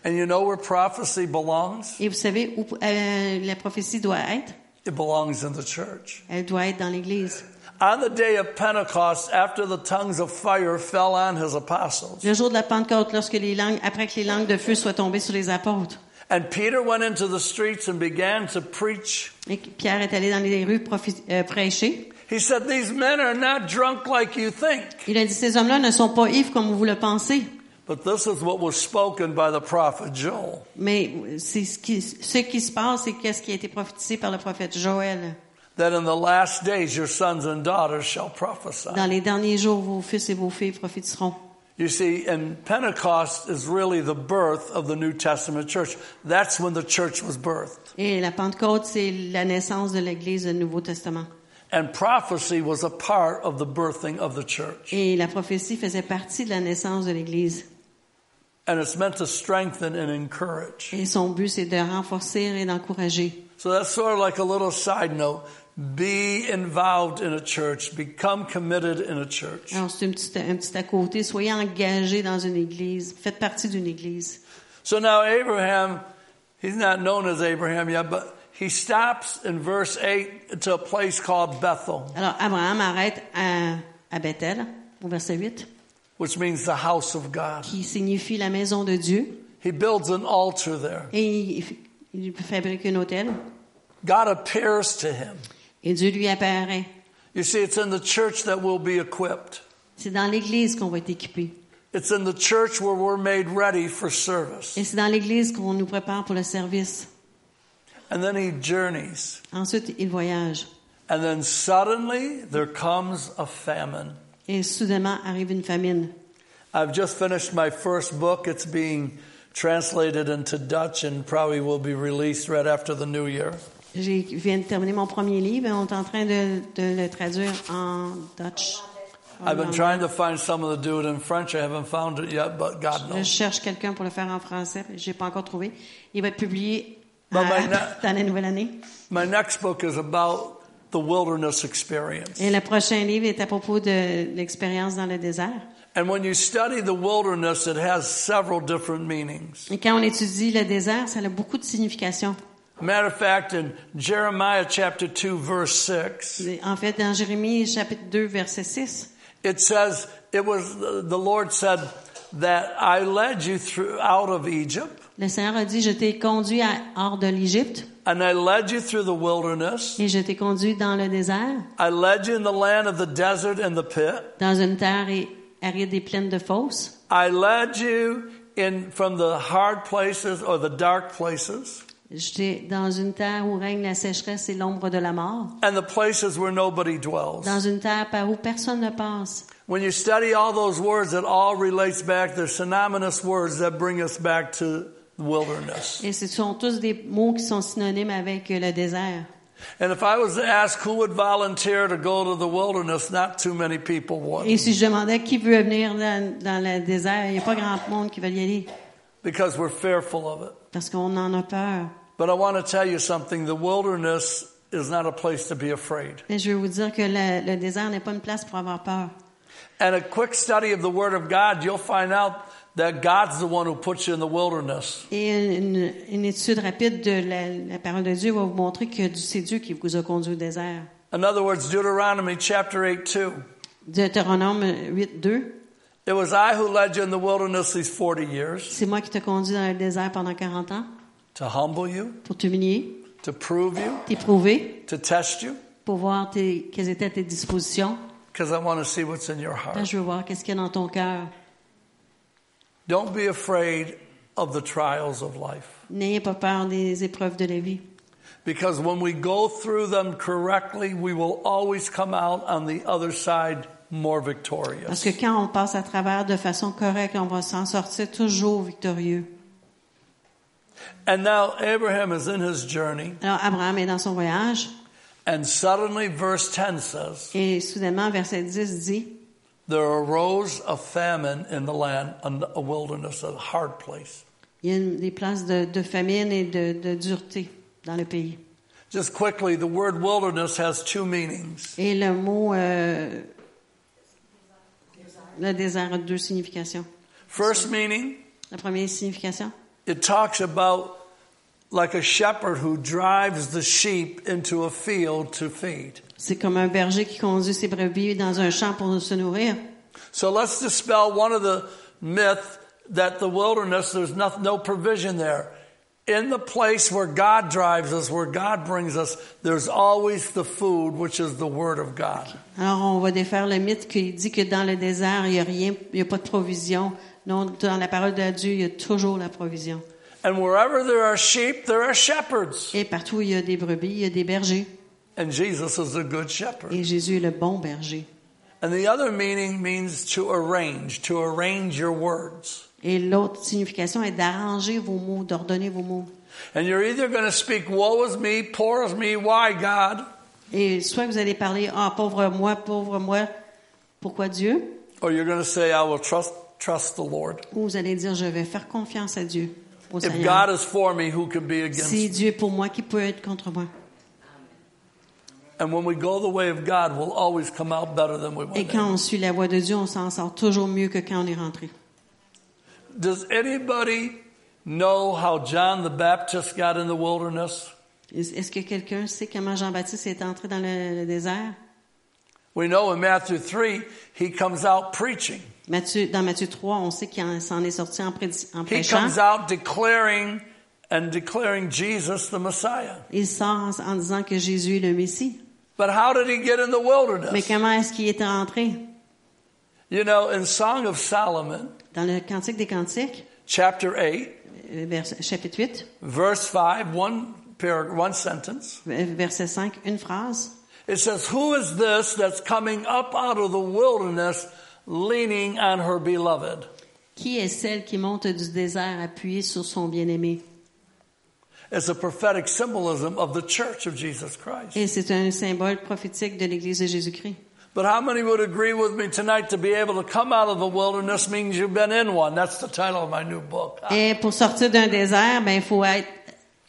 Speaker 1: And you know where prophecy belongs?
Speaker 2: Et vous savez où euh, la prophétie doit être?
Speaker 1: It belongs in the church.
Speaker 2: Elle doit être dans l'église.
Speaker 1: On the day of Pentecost, after the tongues of fire fell on his apostles,
Speaker 2: Le jour de la Pentecôte, lorsque les langues, après que les langues de feu soient tombées sur les apôtres,
Speaker 1: and Peter went into the streets and began to preach,
Speaker 2: et que Pierre est allé dans les rues profi- euh, prêcher,
Speaker 1: he said, These men are not drunk like you think.
Speaker 2: il a dit, ces hommes-là ne sont pas ivres comme vous le pensez,
Speaker 1: But this is what was spoken by the prophet Joel.
Speaker 2: mais c'est ce qui, ce qui se passe, c'est qu'est-ce qui a été prophétisé par le prophète Joël.
Speaker 1: That in the last days your sons and daughters shall prophesy.
Speaker 2: Dans les derniers jours, vos fils et vos filles prophétiseront.
Speaker 1: You see, and Pentecost is really the birth of the New Testament church. That's when the church was birthed.
Speaker 2: Et la Pentecôte, c'est la naissance de l'Église du Nouveau Testament.
Speaker 1: And prophecy was a part of the birthing of the church.
Speaker 2: Et la prophétie faisait partie de la naissance de l'Église.
Speaker 1: And it's meant to strengthen and encourage.
Speaker 2: Et son but, c'est de renforcer et d'encourager.
Speaker 1: So that's sort of like a little side note. Be involved in a church, become committed in a church.
Speaker 2: Alors, c'est un petit, un petit à côté. Soyez engagés dans une église. Faites partie d'une église.
Speaker 1: So now Abraham, he's not known as Abraham yet, but he stops in verse 8 to a place called Bethel,
Speaker 2: Alors, Abraham arrête à, à Bethel, au verset 8,
Speaker 1: which means the house of God.
Speaker 2: qui signifie la maison de Dieu.
Speaker 1: He builds an altar there.
Speaker 2: Et il, f- il fabrique un hôtel.
Speaker 1: God appears to him.
Speaker 2: Et Dieu lui apparaît.
Speaker 1: You see, it's in the church that we'll be equipped.
Speaker 2: C'est dans l'église qu'on va être équipé.
Speaker 1: It's in the church where we're made ready for service.
Speaker 2: Et c'est dans l'église qu'on nous prépare pour le service.
Speaker 1: And then he journeys.
Speaker 2: Ensuite, il voyage.
Speaker 1: And then suddenly there comes a famine.
Speaker 2: Et soudainement arrive une famine.
Speaker 1: I've just finished my first book. It's being translated into Dutch and probably will be released right after the new year.
Speaker 2: J'ai- Je viens de terminer mon premier livre et on est en train de, de le traduire en Dutch. Oh,
Speaker 1: I've been trying to find someone to do it in French. I haven't found it yet, but God
Speaker 2: Je
Speaker 1: knows.
Speaker 2: cherche quelqu'un pour le faire en français. mais J'ai pas encore trouvé. Il va être publié
Speaker 1: Bon,
Speaker 2: à-
Speaker 1: maintenant-
Speaker 2: <laughs> dans la nouvelle année.
Speaker 1: My next book is about the wilderness experience.
Speaker 2: Et le prochain livre est à propos de l'expérience dans le désert.
Speaker 1: And when you study the wilderness, it has several different meanings.
Speaker 2: Et quand on étudie le désert, ça a beaucoup de significations.
Speaker 1: Matter of fact, in Jeremiah chapter 2 verse 6,
Speaker 2: En fait, dans Jérémie chapitre 2, verset 6,
Speaker 1: It says, it was, the Lord said that I led you through, out of Egypt
Speaker 2: le Seigneur a dit, je t'ai conduit à- hors de l'Égypte
Speaker 1: and I led you through the wilderness.
Speaker 2: et je t'ai conduit dans le désert,
Speaker 1: I led you in the land of the desert and the pit.
Speaker 2: dans une terre et- aride et pleine de fosses.
Speaker 1: I led you in from the hard places or the dark places
Speaker 2: J'étais dans une terre où règne la sécheresse et l'ombre de la mort,
Speaker 1: and the places where nobody dwells.
Speaker 2: dans une terre par où personne ne passe.
Speaker 1: When you study all those words, it all relates back. They're synonymous words that bring us back to the wilderness.
Speaker 2: Et ce sont tous des mots qui sont synonymes avec euh, le désert.
Speaker 1: And if I was to ask who would volunteer to go to the wilderness, not too many people would.
Speaker 2: Et si je demandais qui veut venir dans, dans le désert, il n'y a pas grand monde qui veut y aller
Speaker 1: Because we're fearful of it.
Speaker 2: parce qu'on en a peur.
Speaker 1: But I want to tell you something. The wilderness is not a place to be afraid.
Speaker 2: Mais je veux vous dire que le, le désert n'est pas une place pour avoir peur.
Speaker 1: And a quick study of the Word of God, you'll find out that God's the one who puts you in the wilderness.
Speaker 2: Et une, une étude rapide de la, la parole de Dieu va vous montrer que du- c'est Dieu qui vous a conduit au désert.
Speaker 1: In other words, Deuteronomy chapter 8 2.
Speaker 2: Deutéronome 8, 2.
Speaker 1: It was I who led you in the wilderness these 40 years
Speaker 2: C'est moi qui te conduis dans le désert pendant 40 ans
Speaker 1: to humble you,
Speaker 2: pour t'humilier,
Speaker 1: to prove you,
Speaker 2: t'éprouver,
Speaker 1: to test you,
Speaker 2: pour voir tes- quelles étaient tes dispositions.
Speaker 1: because I want to see what's in your
Speaker 2: Là,
Speaker 1: heart.
Speaker 2: je veux voir qu'est-ce qu'il y a dans ton cœur.
Speaker 1: Don't be afraid of the trials of life.
Speaker 2: N'ayez pas peur des épreuves de la vie.
Speaker 1: Because when we go through them correctly, we will always come out on the other side more
Speaker 2: Parce
Speaker 1: victorious.
Speaker 2: que quand on passe à travers de façon correcte, on va s'en sortir toujours victorieux.
Speaker 1: And now Abraham is in his journey,
Speaker 2: Alors, Abraham est dans son voyage
Speaker 1: and suddenly, verse 10 says,
Speaker 2: et soudainement, verset 10 dit,
Speaker 1: There arose a famine in the land, a wilderness, a hard place.
Speaker 2: il y a une- des places de, de famine et de, de dureté dans le pays.
Speaker 1: Just quickly, the word wilderness has two meanings.
Speaker 2: Et le mot, euh, le désert a deux significations.
Speaker 1: First meaning,
Speaker 2: La première signification,
Speaker 1: it talks about like a shepherd who drives the sheep into a field to feed.
Speaker 2: c'est comme un berger qui conduit ses brebis dans un champ pour se nourrir.
Speaker 1: So let's dispel one of the myth that the wilderness, there's no, no provision there. In the place where God drives us, where God brings us, there's always the food, which is the Word of God.
Speaker 2: Alors, on va défaire le mythe qui dit que dans le désert, il n'y a rien, il n'y a pas de provision. Non, dans la parole de Dieu, il y a toujours la provision.
Speaker 1: And wherever there are sheep, there are shepherds.
Speaker 2: Et partout où il y a des brebis, il y a des bergers.
Speaker 1: And Jesus is a good shepherd.
Speaker 2: Et Jésus est le bon berger.
Speaker 1: And the other meaning means to arrange, to arrange your words.
Speaker 2: Et l'autre signification est d'arranger vos mots, d'ordonner vos mots.
Speaker 1: And you're either going to speak, woe is me, poor is me, why God?
Speaker 2: Et soit vous allez parler, ah, pauvre moi, pauvre moi, pourquoi Dieu?
Speaker 1: Or you're going to say, I will trust, trust the Lord.
Speaker 2: Ou vous allez dire, je vais faire confiance à Dieu, au
Speaker 1: If
Speaker 2: Seigneur.
Speaker 1: God is for me, who can be against
Speaker 2: Si
Speaker 1: me?
Speaker 2: Dieu est pour moi, qui peut être contre moi?
Speaker 1: And when we go the way of God, we'll always come out better than we
Speaker 2: Et
Speaker 1: went
Speaker 2: quand
Speaker 1: in.
Speaker 2: on suit la voie de Dieu, on s'en sort toujours mieux que quand on est rentré.
Speaker 1: Does anybody know how John the Baptist got in the wilderness?
Speaker 2: Est-ce que quelqu'un sait comment Jean-Baptiste est entré dans le, le désert?
Speaker 1: We know in Matthew 3, he comes out preaching.
Speaker 2: Matthieu, dans Matthieu 3, on sait qu'il en- s'en est sorti en, prédi- en
Speaker 1: He
Speaker 2: prêchant.
Speaker 1: comes out declaring and declaring Jesus the Messiah.
Speaker 2: Il sort en, en disant que Jésus est le Messie.
Speaker 1: But how did he get in the
Speaker 2: Mais
Speaker 1: wilderness?
Speaker 2: comment est-ce qu'il est rentré?
Speaker 1: You know, in Song of Solomon,
Speaker 2: Dans le Cantique des Cantiques,
Speaker 1: chapter 8,
Speaker 2: euh, vers- chapitre 8,
Speaker 1: verse 5, one, paragraph, one sentence,
Speaker 2: euh, verset 5, une phrase.
Speaker 1: it says, Who is this that's coming up out of the wilderness leaning on her beloved?
Speaker 2: Qui est celle qui monte du désert appuyée sur son bien-aimé?
Speaker 1: It's a prophetic symbolism of the church of Jesus Christ.
Speaker 2: Et c'est un symbole prophétique de l'Église de Jésus-Christ.
Speaker 1: But how many would agree with me tonight to be able to come out of the wilderness means you've been in one? That's the title of my new book.
Speaker 2: Et pour sortir d'un désert, ben, il faut être,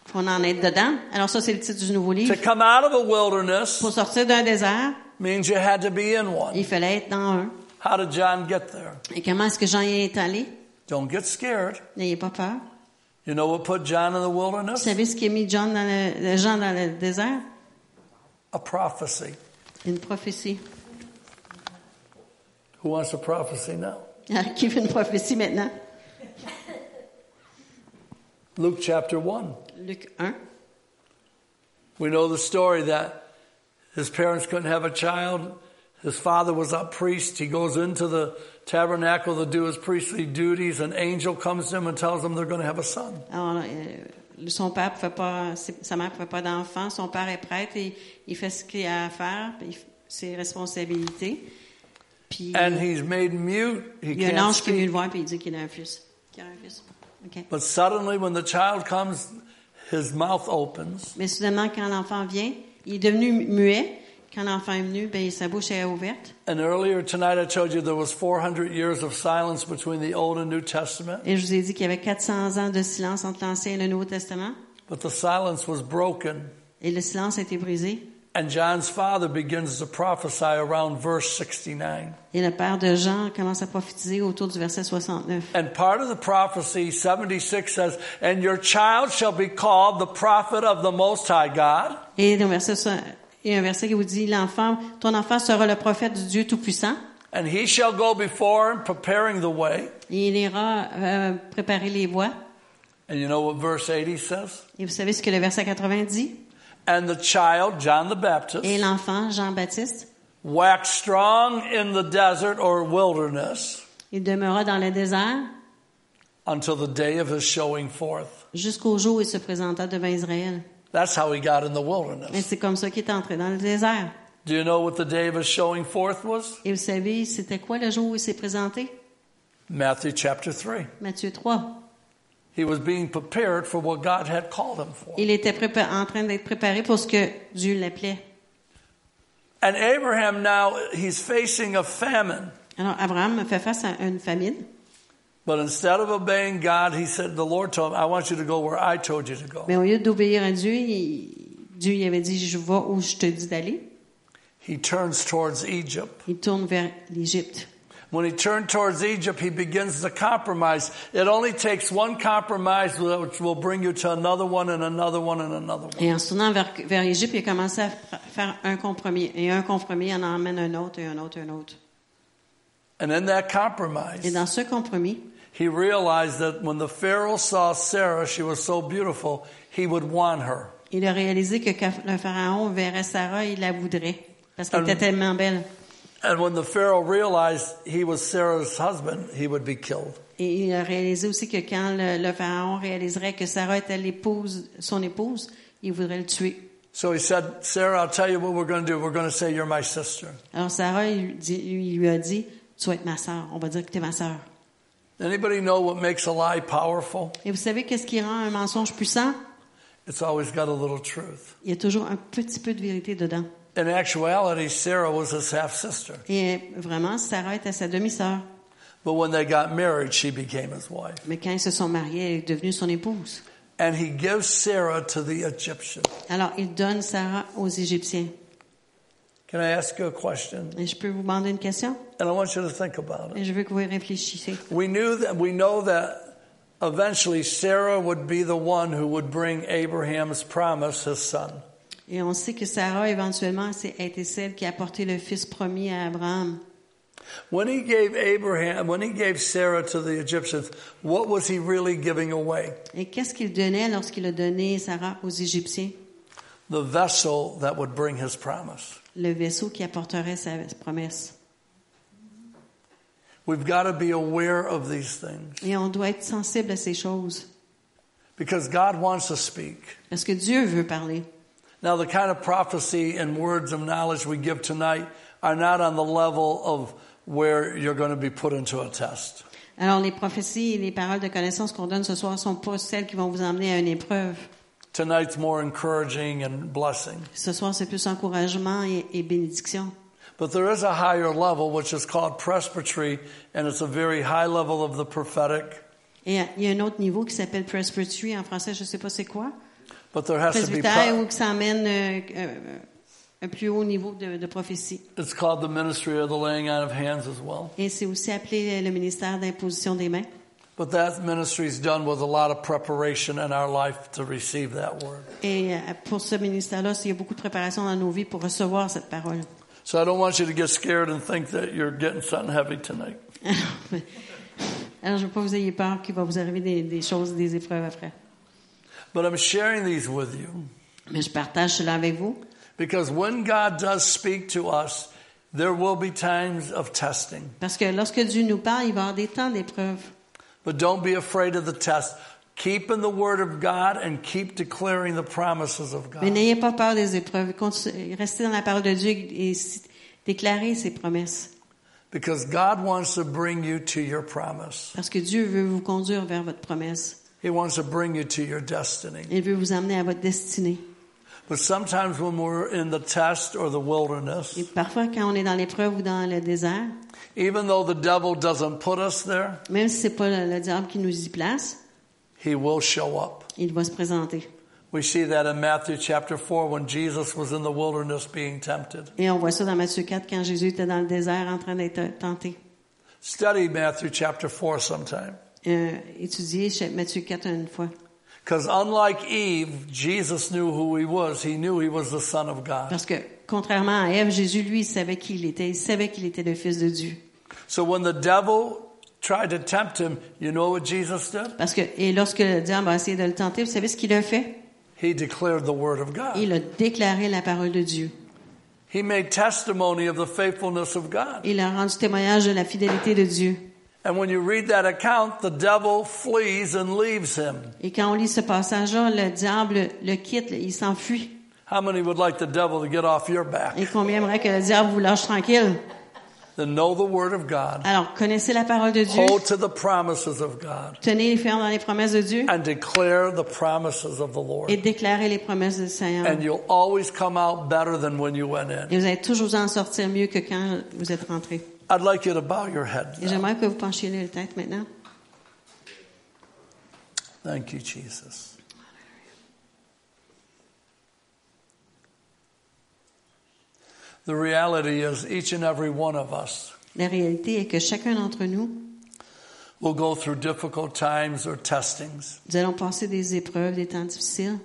Speaker 2: faut en être dedans. Alors ça, c'est le titre du nouveau livre.
Speaker 1: To come out of a wilderness
Speaker 2: Pour sortir d'un désert,
Speaker 1: means you had to be in one.
Speaker 2: il fallait être dans un.
Speaker 1: How did John get there?
Speaker 2: Et comment est-ce que Jean y est allé?
Speaker 1: Don't get scared.
Speaker 2: N'ayez pas peur.
Speaker 1: You know what put John in the
Speaker 2: Vous
Speaker 1: wilderness?
Speaker 2: savez ce qui a mis John dans le, Jean dans le désert?
Speaker 1: A prophecy.
Speaker 2: Une prophétie. <laughs>
Speaker 1: Who wants a prophecy now?
Speaker 2: Ah, Qui fait une prophétie maintenant?
Speaker 1: Luke chapter 1.
Speaker 2: Luc 1.
Speaker 1: We know the story that his parents couldn't have a child. His father was a priest. He goes into the tabernacle to do his priestly duties. An angel comes to him and tells him they're going to have a son.
Speaker 2: Alors, euh, son père pouvait pas, sa mère pouvait pas d'enfant, son père est prêtre et il fait ce qu'il a à faire, puis ses responsabilités. Puis
Speaker 1: and he's made mute. He
Speaker 2: il y a un
Speaker 1: can't
Speaker 2: ange qui est venu le
Speaker 1: speak.
Speaker 2: voir puis il dit qu'il a un fils. Qu'il a un fils. OK.
Speaker 1: But suddenly, when the child comes, his mouth opens,
Speaker 2: Mais soudainement, quand l'enfant vient, il est devenu muet. Quand l'enfant est venu, ben, sa bouche est ouverte.
Speaker 1: and earlier tonight I told you there was 400 years of silence between the Old and New Testament,
Speaker 2: Et je vous ai dit qu'il y avait 400 ans de silence entre l'Ancien et le Nouveau Testament.
Speaker 1: but the silence was broken,
Speaker 2: Et le silence a été brisé.
Speaker 1: and John's father begins to prophesy around verse 69.
Speaker 2: Et le père de Jean commence à prophétiser autour du verset 69.
Speaker 1: And part of the prophecy, 76 says, and your child shall be called the prophet of the Most High God.
Speaker 2: Et le verset, et un verset qui vous dit, l'enfant, ton enfant sera le prophète du Dieu Tout-Puissant.
Speaker 1: And he shall go before him, preparing the way.
Speaker 2: Et il ira euh, préparer les voies.
Speaker 1: And you know what verse 80 says?
Speaker 2: Et vous savez ce que le verset 80 dit?
Speaker 1: And the child, John the
Speaker 2: Et
Speaker 1: Baptist,
Speaker 2: l'enfant, Jean-Baptiste,
Speaker 1: waxed strong in the desert or wilderness
Speaker 2: il demeura dans le désert
Speaker 1: until the day of his showing forth.
Speaker 2: jusqu'au jour où il se présenta devant Israël.
Speaker 1: That's how he got in the
Speaker 2: Et
Speaker 1: wilderness.
Speaker 2: c'est comme ça qu'il est entré dans le désert.
Speaker 1: Do you know what the day of his showing forth was?
Speaker 2: Et vous savez, c'était quoi le jour où il s'est présenté?
Speaker 1: Matthew chapter 3.
Speaker 2: Matthieu 3.
Speaker 1: He was being prepared for what God had called him for.
Speaker 2: Il était prépa- en train d'être préparé pour ce que Dieu l'appelait.
Speaker 1: And Abraham now, he's facing a famine.
Speaker 2: Alors, Abraham fait face à une famine,
Speaker 1: But instead of obeying God, he said, the Lord told him, I want you to go where I told you to go.
Speaker 2: mais au lieu d'obéir à Dieu, il- Dieu lui avait dit, je vais où je te dis d'aller.
Speaker 1: He turns towards Egypt.
Speaker 2: Il tourne vers l'Égypte.
Speaker 1: When he turned towards Egypt, he begins to compromise. It only takes one compromise which will bring you to another one and another one and another one.
Speaker 2: Et en se tournant vers, vers l'Égypte, il a commencé à fra- faire un compromis. Et un compromis en emmène un autre, et un autre, un autre.
Speaker 1: And in that
Speaker 2: Et
Speaker 1: compromise,
Speaker 2: dans ce compromis,
Speaker 1: he realized that when the Pharaoh saw Sarah, she was so beautiful, he would want her.
Speaker 2: il a réalisé que quand le pharaon verrait Sarah, il la voudrait. Parce qu'elle
Speaker 1: Elle-
Speaker 2: était tellement belle.
Speaker 1: And when the Pharaoh realized he was Sarah's husband, he would be killed.
Speaker 2: Et il a réalisé aussi que quand le, le pharaon réaliserait que Sarah était l'épouse, son épouse, il voudrait le tuer.
Speaker 1: So he said, Sarah, I'll tell you what we're going to do. We're going to say you're my sister.
Speaker 2: Alors Sarah il lui, dit- il lui a dit, tu vas être ma sœur. On va dire que tu es ma sœur.
Speaker 1: Anybody know what makes a lie powerful?
Speaker 2: Et vous savez qu'est-ce qui rend un mensonge puissant?
Speaker 1: It's always got a little truth.
Speaker 2: Il y a toujours un petit peu de vérité dedans.
Speaker 1: In actuality, Sarah was his half sister.
Speaker 2: Et vraiment, Sarah était sa demi-sœur.
Speaker 1: But when they got married, she became his wife.
Speaker 2: Mais quand ils se sont mariés, elle est devenue son épouse.
Speaker 1: And he gives Sarah to the Egyptian.
Speaker 2: Alors, il donne Sarah aux Égyptiens.
Speaker 1: Can I ask you a question?
Speaker 2: Et je peux vous demander une question?
Speaker 1: And I want you to think about it.
Speaker 2: Et je veux que vous y réfléchissiez.
Speaker 1: We knew that we know that eventually Sarah would be the one who would bring Abraham's promise, his son.
Speaker 2: Et on sait que Sarah, éventuellement, c'est- a été celle qui a porté le fils promis à Abraham.
Speaker 1: When he gave Abraham, when he gave Sarah to the Egyptians, what was he really giving away?
Speaker 2: Et qu'est-ce qu'il donnait lorsqu'il a donné Sarah aux Égyptiens?
Speaker 1: The vessel that would bring his promise.
Speaker 2: Le vaisseau qui apporterait sa promesse.
Speaker 1: We've got to be aware of these things
Speaker 2: Et on doit être sensible à ces choses.
Speaker 1: because God wants to speak.
Speaker 2: Parce que Dieu veut parler.
Speaker 1: Now, the kind of prophecy and words of knowledge we give tonight are not on the level of where you're going to be put into a test.
Speaker 2: Alors, les prophéties et les paroles de connaissance qu'on donne ce soir sont pas celles qui vont vous emmener à une épreuve.
Speaker 1: Tonight's more encouraging and blessing.
Speaker 2: Ce soir, c'est plus encouragement et, et bénédiction.
Speaker 1: But there is a higher level, which is called presbytery, and it's a very high level of the prophetic.
Speaker 2: Et euh, il y a un autre niveau qui s'appelle presbytery en français, je sais pas c'est quoi.
Speaker 1: But there has to be,
Speaker 2: Presbytère
Speaker 1: Ah, pro-
Speaker 2: ou qui s'emmène euh, euh, un plus haut niveau de, de prophétie.
Speaker 1: it's called the ministry of the laying on of hands as well.
Speaker 2: Et c'est aussi appelé le ministère d'imposition des mains.
Speaker 1: But that ministry is done with a lot of preparation in our life to receive that word.
Speaker 2: Et euh, pour ce ministère-là, il y a beaucoup de préparation dans nos vies pour recevoir cette parole. <laughs>
Speaker 1: So I don't want you to get scared and think that you're getting something heavy tonight.
Speaker 2: Alors, je veux pas que vous ayez peur qu'il va vous arriver des, des choses, des épreuves après.
Speaker 1: But I'm sharing these with you
Speaker 2: Mais je partage cela avec vous.
Speaker 1: because when God does speak to us, there will be times of testing.
Speaker 2: Parce que lorsque Dieu nous parle, il va y avoir des temps d'épreuves.
Speaker 1: But don't be afraid of the test. Keep in the Word of God and keep declaring the promises of
Speaker 2: Mais
Speaker 1: God.
Speaker 2: n'ayez pas peur des épreuves. Continue- Restez dans la parole de Dieu et si- déclarez ses promesses.
Speaker 1: Because God wants to bring you to your promise.
Speaker 2: Parce que Dieu veut vous conduire vers votre promesse.
Speaker 1: He wants to bring you to your destiny.
Speaker 2: Il veut vous amener à votre destinée.
Speaker 1: But sometimes when we're in the test or the wilderness,
Speaker 2: Et parfois, quand on est dans l'épreuve ou dans le désert,
Speaker 1: even though the devil doesn't put us there,
Speaker 2: même si c'est pas le, le diable qui nous y place,
Speaker 1: he will show up.
Speaker 2: il va se présenter.
Speaker 1: We see that in Matthew chapter 4 when Jesus was in the wilderness being tempted.
Speaker 2: Et on voit ça dans Matthieu 4 quand Jésus était dans le désert en train d'être tenté.
Speaker 1: Study Matthew chapter 4 sometime.
Speaker 2: Euh, étudiez chez Matthieu 4 une fois.
Speaker 1: Because unlike Eve, Jesus knew who he was. He knew he was the Son of God.
Speaker 2: Parce que, contrairement à Ève, Jésus, lui, il savait qui il était. Il savait qu'il était le Fils de Dieu.
Speaker 1: So when the devil tried to tempt him, you know what Jesus did?
Speaker 2: Parce que, et lorsque le diable a essayé de le tenter, vous savez ce qu'il a fait?
Speaker 1: He declared the Word of God.
Speaker 2: Il a déclaré la parole de Dieu.
Speaker 1: He made testimony of the faithfulness of God.
Speaker 2: Il a rendu témoignage de la fidélité de Dieu.
Speaker 1: And when you read that account, the devil flees and leaves him.
Speaker 2: Et quand on lit ce passage-là, le diable le quitte, il s'enfuit.
Speaker 1: How many would like the devil to get off your back?
Speaker 2: Et combien aimerait que le diable vous lâche tranquille?
Speaker 1: Then know the Word of God.
Speaker 2: Alors, connaissez la parole de Dieu,
Speaker 1: Hold to the promises of God
Speaker 2: tenez ferme dans les promesses de Dieu
Speaker 1: and declare the promises of the
Speaker 2: et
Speaker 1: Lord.
Speaker 2: déclarez les promesses du Seigneur.
Speaker 1: And you'll always come out better than when you went in.
Speaker 2: Et vous allez toujours en sortir mieux que quand vous êtes rentré.
Speaker 1: I'd like you to bow your head.
Speaker 2: Et j'aimerais que vous penchiez la tête maintenant.
Speaker 1: Thank you, Jesus. The reality is, each and every one of us
Speaker 2: La réalité est que chacun d'entre nous,
Speaker 1: will go through difficult times or testings.
Speaker 2: nous allons passer des épreuves, des temps difficiles.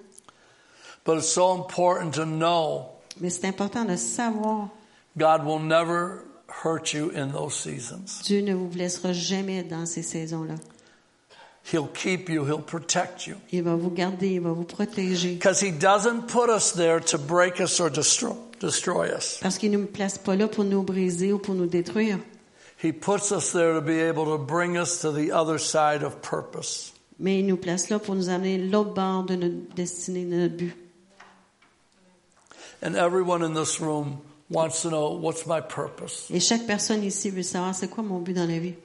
Speaker 1: But it's so important to know
Speaker 2: Mais c'est important de savoir
Speaker 1: God will never hurt you in those seasons.
Speaker 2: Dieu ne vous blessera jamais dans ces saisons-là.
Speaker 1: He'll keep you, He'll protect you.
Speaker 2: Il va vous garder, il va vous protéger.
Speaker 1: Because He doesn't put us there to break us or destroy, destroy us.
Speaker 2: Parce qu'il ne nous place pas là pour nous briser ou pour nous détruire,
Speaker 1: He puts us there to be able to bring us to the other side of purpose.
Speaker 2: mais il nous place là pour nous amener l'autre bord de notre destinée, de notre but.
Speaker 1: And everyone in this room wants to know what's my purpose?
Speaker 2: Et chaque personne ici veut savoir c'est quoi mon but dans la vie.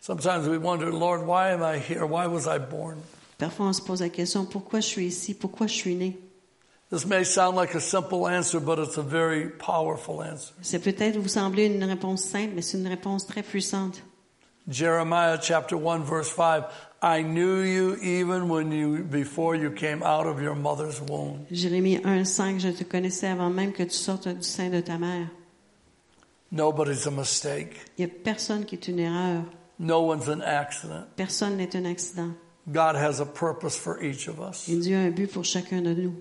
Speaker 1: Sometimes we wonder, Lord, why am I here? Why was I born?
Speaker 2: Parfois, on se pose la question pourquoi je suis ici, pourquoi je suis né.
Speaker 1: This may sound like a simple answer, but it's a very powerful answer.
Speaker 2: C'est peut-être vous sembler une réponse simple, mais c'est une réponse très puissante.
Speaker 1: Jeremiah chapter 1 verse 5, I knew you even when you before you came out of your mother's womb.
Speaker 2: Jérémie 1, 5, je te connaissais avant même que tu sortes du sein de ta mère.
Speaker 1: Nobody's a mistake.
Speaker 2: Il n'y a personne qui est une erreur.
Speaker 1: No one's an accident.
Speaker 2: Personne n'est un accident.
Speaker 1: God has a purpose for each of us.
Speaker 2: Et Dieu a un but pour chacun de nous.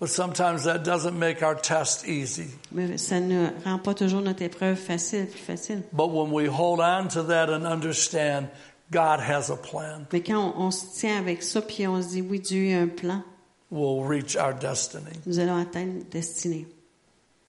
Speaker 1: But sometimes that doesn't make our test easy.
Speaker 2: Mais ça ne rend pas toujours notre épreuve facile, plus facile.
Speaker 1: But when we hold on to that and understand God has a plan,
Speaker 2: Mais quand on, on se tient avec ça, puis on se dit, oui, Dieu a un plan,
Speaker 1: we'll reach our destiny.
Speaker 2: nous allons atteindre notre destinée.